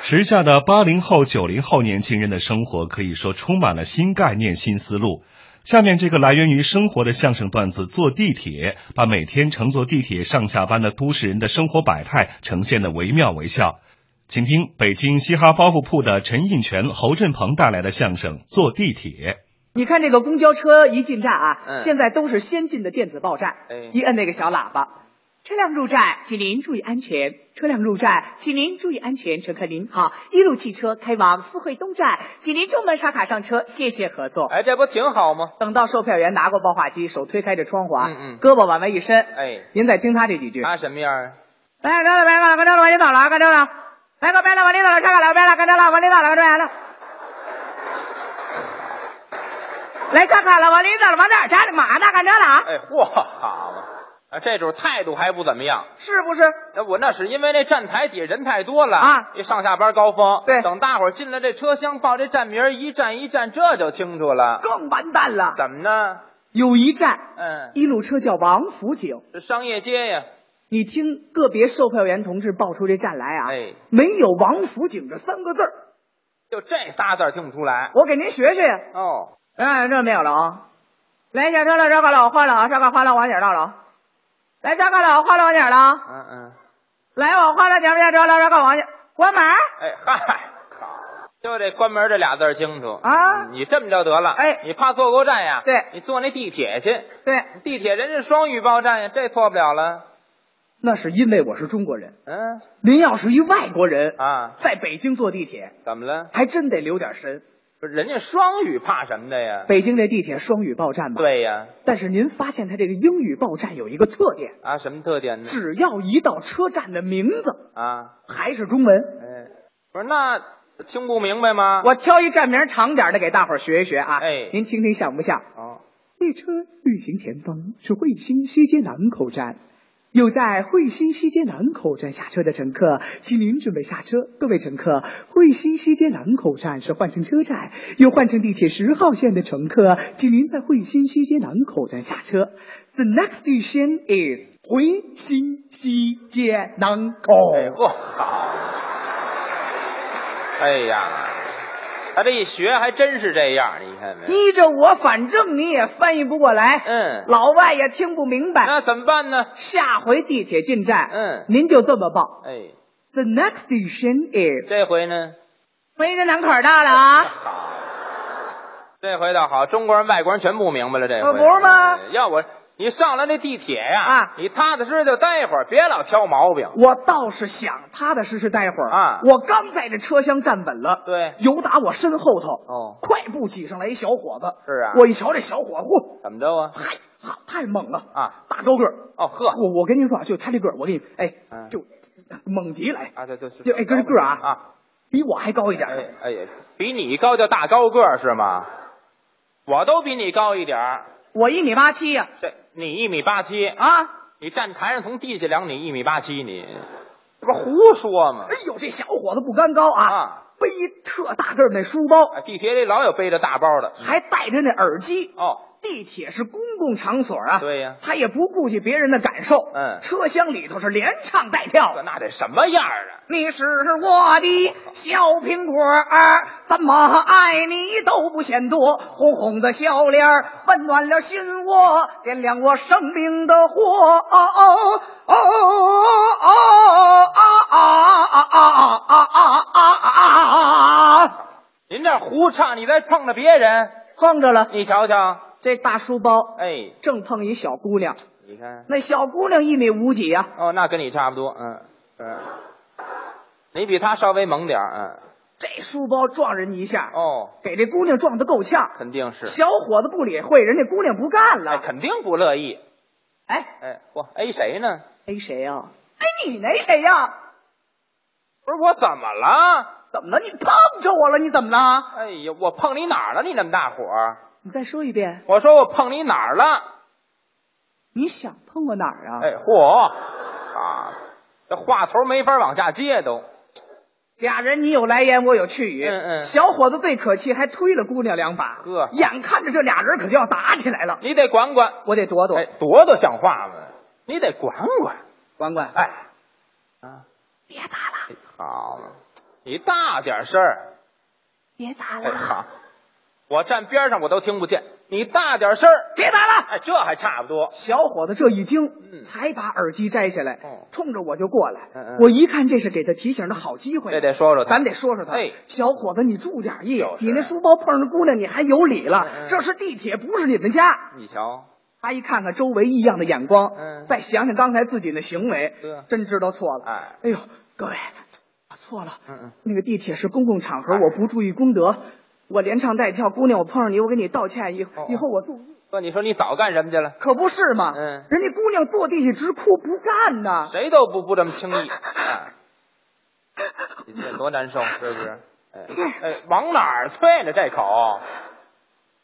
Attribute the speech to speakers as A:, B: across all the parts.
A: 时下的八零后、九零后年轻人的生活可以说充满了新概念、新思路。下面这个来源于生活的相声段子《坐地铁》，把每天乘坐地铁上下班的都市人的生活百态呈现的惟妙惟肖。请听北京嘻哈包袱铺的陈印泉、侯振鹏带来的相声《坐地铁》。
B: 你看这个公交车一进站啊，
C: 嗯
B: 现在都是先进的电子报站，
C: 哎
B: 一摁那个小喇叭，车辆入站，请您注意安全。车辆入站，请您注意安全。乘客您好，一路汽车开往四惠东站，请您中门刷卡上车，谢谢合作。
C: 哎，这不挺好吗？
B: 等到售票员拿过报话机，手推开这窗户啊，
C: 嗯嗯
B: 胳膊往外一伸，
C: 哎，
B: 您再听他这几句。
C: 他什么样啊？
B: 来，干了，白了，干掉了，往里走了，干掉了，来个白了，往里走了，上个了，白了，干掉了，往里走了，干掉了。来下卡了，往里走了，往哪儿站？马呢？干掉了啊？
C: 哎，嚯，好嘛！啊，这主态度还不怎么样。
B: 是不是？
C: 那我那是因为那站台底下人太多了
B: 啊
C: 一上下班高峰。
B: 对
C: 等大伙儿进了这车厢，报这站名儿，一站一站，这就清楚了。
B: 更完蛋了。
C: 怎么呢？
B: 有一站，
C: 嗯，
B: 一路车叫王府井。
C: 这商业街呀，
B: 你听个别售票员同志报出这站来啊，
C: 哎
B: 没有王府井这三个字儿，
C: 就这仨字儿听不出来。
B: 我给您学学呀。
C: 哦，
B: 哎，这没有了啊！来下车了，上个了，换了啊，上个换了，往哪儿到了啊？来上个了，换了往哪儿了啊？
C: 嗯嗯，
B: 来，我换了前面车了，这个王家关门。
C: 哎嗨，好，就这关门这俩字儿清楚嗯
B: 啊
C: 你这么着得了，
B: 哎
C: 你怕坐过站呀？
B: 对
C: 你坐那地铁去。
B: 对，
C: 地铁人是双语报站呀，这错不了了。
B: 那是因为我是中国人。
C: 嗯
B: 您要是一外国人，
C: 啊，
B: 在北京坐地铁，
C: 怎么了？
B: 还真得留点神。
C: 不是人家双语怕什么的呀？
B: 北京这地铁双语报站嘛，。
C: 对呀，
B: 但是您发现它这个英语报站有一个特点，
C: 啊，什么特点呢？
B: 只要一到车站的名字
C: 啊，
B: 还是中文。
C: 哎，不是那听不明白吗？
B: 我挑一站名长点的给大伙儿学一学啊，
C: 啊哎
B: 您听听像不像？
C: 哦，
B: 列车运行前方是惠新西街南口站，有在惠新西街南口站下车的乘客，请您准备下车。各位乘客，惠新西街南口站是换乘车站，有换乘地铁十号线的乘客，请您在惠新西街南口站下车。The next station is 惠新西街南口。
C: 哎，嚯，好，哎呀，他这一学还真是这样，你看没？
B: 依着我，反正你也翻译不过来，
C: 嗯，
B: 老外也听不明白。
C: 那怎么办呢？
B: 下回地铁进站，
C: 哎嗯
B: 您就这么报。
C: 哎，
B: The next station is
C: 这回呢？
B: 回家南口到了啊！
C: 好， 这回倒好，中国人、外国人全不明白了，这回
B: 呃不是吗
C: 哎要我你上来那地铁呀，
B: 啊
C: 你踏踏实实就待会儿，别老挑毛病。
B: 我倒是想踏踏实实待会儿
C: 啊
B: 我刚在这车厢站稳了，
C: 对，
B: 由打我身后头，
C: 哦
B: 快步挤上来一小伙子。
C: 是啊
B: 我一瞧这小伙子，嚯，
C: 怎么着啊？
B: 嗨，好太猛了
C: 啊！
B: 大高个儿，
C: 哦呵，
B: 我我跟您说啊，就他这个儿，我给你，哎，
C: 嗯
B: 就猛极了，哎
C: 啊对对对，
B: 就哎跟这个儿啊
C: 啊，
B: 比我还高一点
C: 哎
B: 儿。
C: 哎呀，比你高叫大高个儿是吗？我都比你高一点儿，
B: 我一米八七呀，
C: 这你一米八七，
B: 啊，
C: 你站台上从地下量你一米八七，你这不胡说吗
B: 哎？呦，这小伙子不干高啊，
C: 啊，
B: 背一特大个儿那书包，
C: 啊地铁里老有背着大包的。
B: 还戴着那耳机，
C: 哦，
B: 地铁是公共场所啊，
C: 对呀
B: 他也不顾及别人的感受，
C: 嗯
B: 车厢里头是连唱带跳。
C: 那得什么样儿啊？
B: 你是我的小苹果儿，怎么爱你都不嫌多。红红的笑脸儿温暖了心窝，点亮我生命的火。哦哦哦哦哦啊啊啊啊啊啊啊啊！
C: 您这胡唱，你再碰着别人，
B: 碰着了，
C: 你瞧瞧，
B: 这大书包
C: 哎，
B: 正碰一小姑娘。
C: 你看，
B: 那小姑娘一米五几啊呀、
C: 哦，那跟你差不多，嗯，嗯，你比他稍微猛点儿，
B: 这书包撞人一下
C: 嗯，，哦，
B: 给这姑娘撞得够呛。
C: 肯定是，
B: 小伙子不理会，人家姑娘不干
C: 哎，
B: 了。
C: 肯定不乐意，
B: 哎，
C: 哎，我哎谁呢？
B: 哎谁呀、哎你那谁呀、
C: 不是我怎么了？
B: 怎么了？你碰着我了？你怎么了？
C: 哎呀，我碰你哪儿了？你那么大火儿，
B: 你再说一遍，
C: 我说我碰你哪儿了？
B: 你想碰我哪儿啊？
C: 哎，嚯，啊，这话头没法往下接都，
B: 俩人你有来言，我有去语。
C: 嗯嗯
B: 小伙子最可气，还推了姑娘两把。
C: 呵
B: 眼看着这俩人可就要打起来了，
C: 你得管管，
B: 我得躲躲。
C: 哎，多多像话吗？你得管管，
B: 管管，
C: 哎。
B: 别打了，
C: 好嘛，你大点声儿。
D: 别打
C: 哎，
D: 了，
C: 好，我站边上我都听不见，你大点声儿。
B: 别打了！
C: 哎，这还差不多。
B: 小伙子这一惊，
C: 嗯
B: 才把耳机摘下来，
C: 哦
B: 冲着我就过来。
C: 嗯嗯
B: 我一看这是给他提醒的好机会，
C: 这得说说他
B: 咱得说说他。
C: 哎
B: 小伙子，你注点意，
C: 就是
B: 你那书包碰上姑娘，你还有理了？
C: 嗯嗯
B: 这是地铁，不是你们家。
C: 你瞧，
B: 他一看看周围异样的眼光，
C: 嗯
B: 再想想刚才自己的行为，
C: 对啊
B: 真知道错了。
C: 哎，
B: 哎呦，各位，我错了。
C: 嗯嗯，
B: 那个地铁是公共场合，
C: 哎
B: 我不注意公德，我连唱带跳，姑娘，我碰上你，我给你道歉，以
C: 哦
B: 以后我注意。
C: 说你说你早干什么去了？
B: 可不是嘛，
C: 嗯
B: 人家姑娘坐地下直哭不干呐。
C: 谁都不不这么轻易。哎，你这多难受，是不是？哎哎，往哪儿啐呢？这口，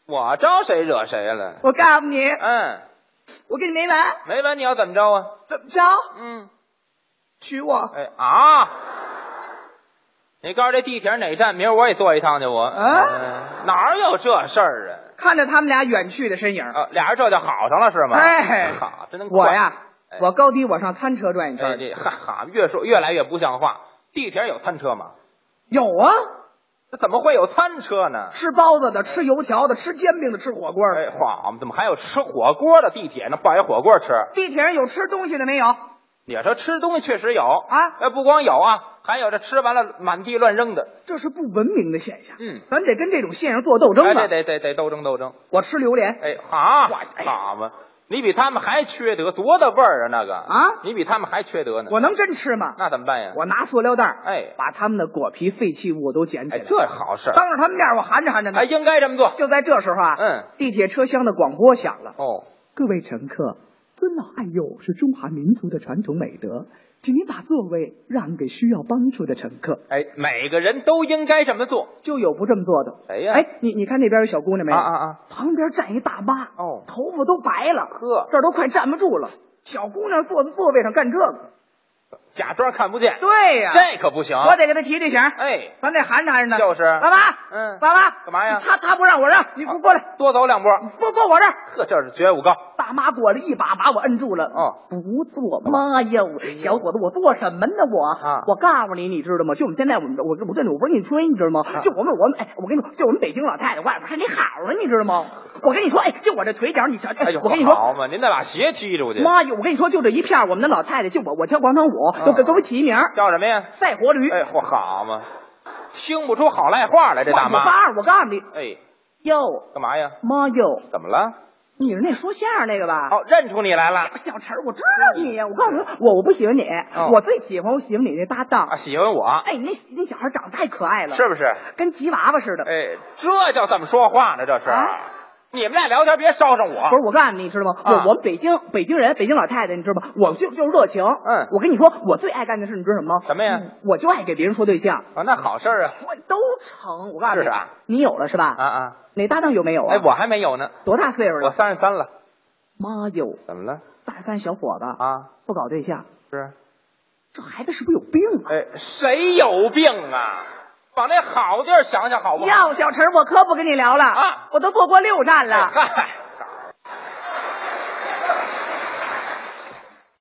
C: 我招谁惹谁了？
B: 我告诉你，
C: 嗯，
B: 我跟你没完，
C: 没完你要怎么着啊？
B: 怎么着？
C: 嗯，
B: 娶我？
C: 哎啊！你告诉这地铁哪站？明儿我也坐一趟去，我。
B: 啊
C: 嗯哪儿有这事儿啊？
B: 看着他们俩远去的身影，
C: 啊，俩人这就好上了是吗？
B: 哎
C: 好，真能快
B: 我，呀
C: 哎，
B: 我高低我上餐车转一
C: 哎，
B: 圈。
C: 这哈哈，越说越来越不像话。地铁有餐车吗？
B: 有啊，
C: 那怎么会有餐车呢？
B: 吃包子的，吃油条的，吃煎饼的，吃火锅的。
C: 哎，哇，我们怎么还有吃火锅的地铁呢？抱一火锅吃，
B: 地铁上有吃东西的没有？
C: 你说吃东西确实有
B: 啊
C: 哎，不光有啊，还有这吃完了满地乱扔的，
B: 这是不文明的现象。
C: 嗯，
B: 咱得跟这种现象做斗争
C: 哎，
B: 啊！
C: 得得得得斗争斗争。
B: 我吃榴莲，
C: 哎，好
B: 哇哎，
C: 好嘛，你比他们还缺德，多大味儿啊那个
B: 啊
C: 你比他们还缺德呢。
B: 我能真吃吗？
C: 那怎么办呀？
B: 我拿塑料袋儿，
C: 哎
B: 把他们的果皮废弃物我都捡起
C: 哎，
B: 来，
C: 这好事儿，
B: 当着他们面我含着含着呢
C: 哎，。应该这么做。
B: 就在这时候啊，
C: 嗯，
B: 地铁车厢的广播响了，
C: 哦，
B: 各位乘客，尊老爱幼是中华民族的传统美德，请您把座位让给需要帮助的乘客。
C: 哎，每个人都应该这么做。
B: 就有不这么做的。
C: 谁呀
B: 哎，你你看那边有小姑娘没有？
C: 啊啊啊！
B: 旁边站一大妈，
C: 哦
B: 头发都白了，
C: 呵
B: 这儿都快站不住了。小姑娘坐在座位上干这个，
C: 假装看不见，
B: 对呀、
C: 这可不行。啊
B: 我得给她提提醒。
C: 哎，
B: 咱得喊着喊着呢。
C: 就是
B: 老妈，
C: 嗯
B: 老妈，
C: 干嘛呀啊
B: 她她不让我让，你给我过来，
C: 多走两步。
B: 坐坐我这儿。
C: 呵，这是觉悟高。
B: 大妈过来一把把我摁住了。
C: 哦，
B: 不做，妈呀！我小伙子，我做什么呢？我，
C: 啊
B: 我告诉你，你知道吗？就我们现在，我们我我跟你，我不是跟你吹，你知道吗？
C: 啊
B: 就我们我们，哎，我跟你说，就我们北京老太太外边看你好啊了，你知道吗？我跟你说，哎，就我这腿脚，你瞧，哎
C: 哎呦，
B: 我跟你说。
C: 好嘛，您再把鞋踢出去。
B: 妈呀！我跟你说，就这一片儿，我们的老太太，就我，我跳广场舞，都给给我起一名儿
C: 叫什么呀？
B: 赛活驴。
C: 啊哎，嚯，好嘛，听不出好赖话来，这大
B: 我
C: 妈。
B: 八二，我告诉你，
C: 哎，
B: 哟，
C: 干嘛呀？
B: 妈哟，
C: 怎么了？
B: 你是那说相声那个吧？
C: 哦，认出你来了
B: 小陈儿，我知道你呀！我告诉你，我我不喜欢你，我最喜欢我喜欢你那搭档
C: 哦啊，。喜欢我
B: 哎，那那小孩长得太可爱了，
C: 是不是？
B: 跟吉娃娃似的。
C: 哎，这叫怎么说话呢？这是
B: 啊。
C: 你们俩聊天别捎上
B: 不
C: 我。
B: 是我告诉你，你知道吗？
C: 啊
B: 我我们北京北京人，北京老太太，你知道吗？我就就是热情。
C: 嗯
B: 我跟你说，我最爱干的事，你知道什么吗？
C: 什么呀
B: 嗯？我就爱给别人说对象，
C: 啊，那好事儿啊。
B: 我都成。我告诉你
C: 是啊，
B: 你有了是吧？
C: 啊啊。
B: 哪搭档有没有啊？
C: 哎，我还没有呢，
B: 多大岁数
C: 我
B: 了？
C: 三十三了。
B: 妈哟，
C: 怎么了？
B: 大三小伙子
C: 啊，
B: 不搞对象，
C: 是。
B: 这孩子是不是有病啊？
C: 哎，谁有病啊？往那好地儿想想好不好？
B: 要小陈，我可不跟你聊了
C: 啊
B: 我都坐过六站了。
C: 哎嗨，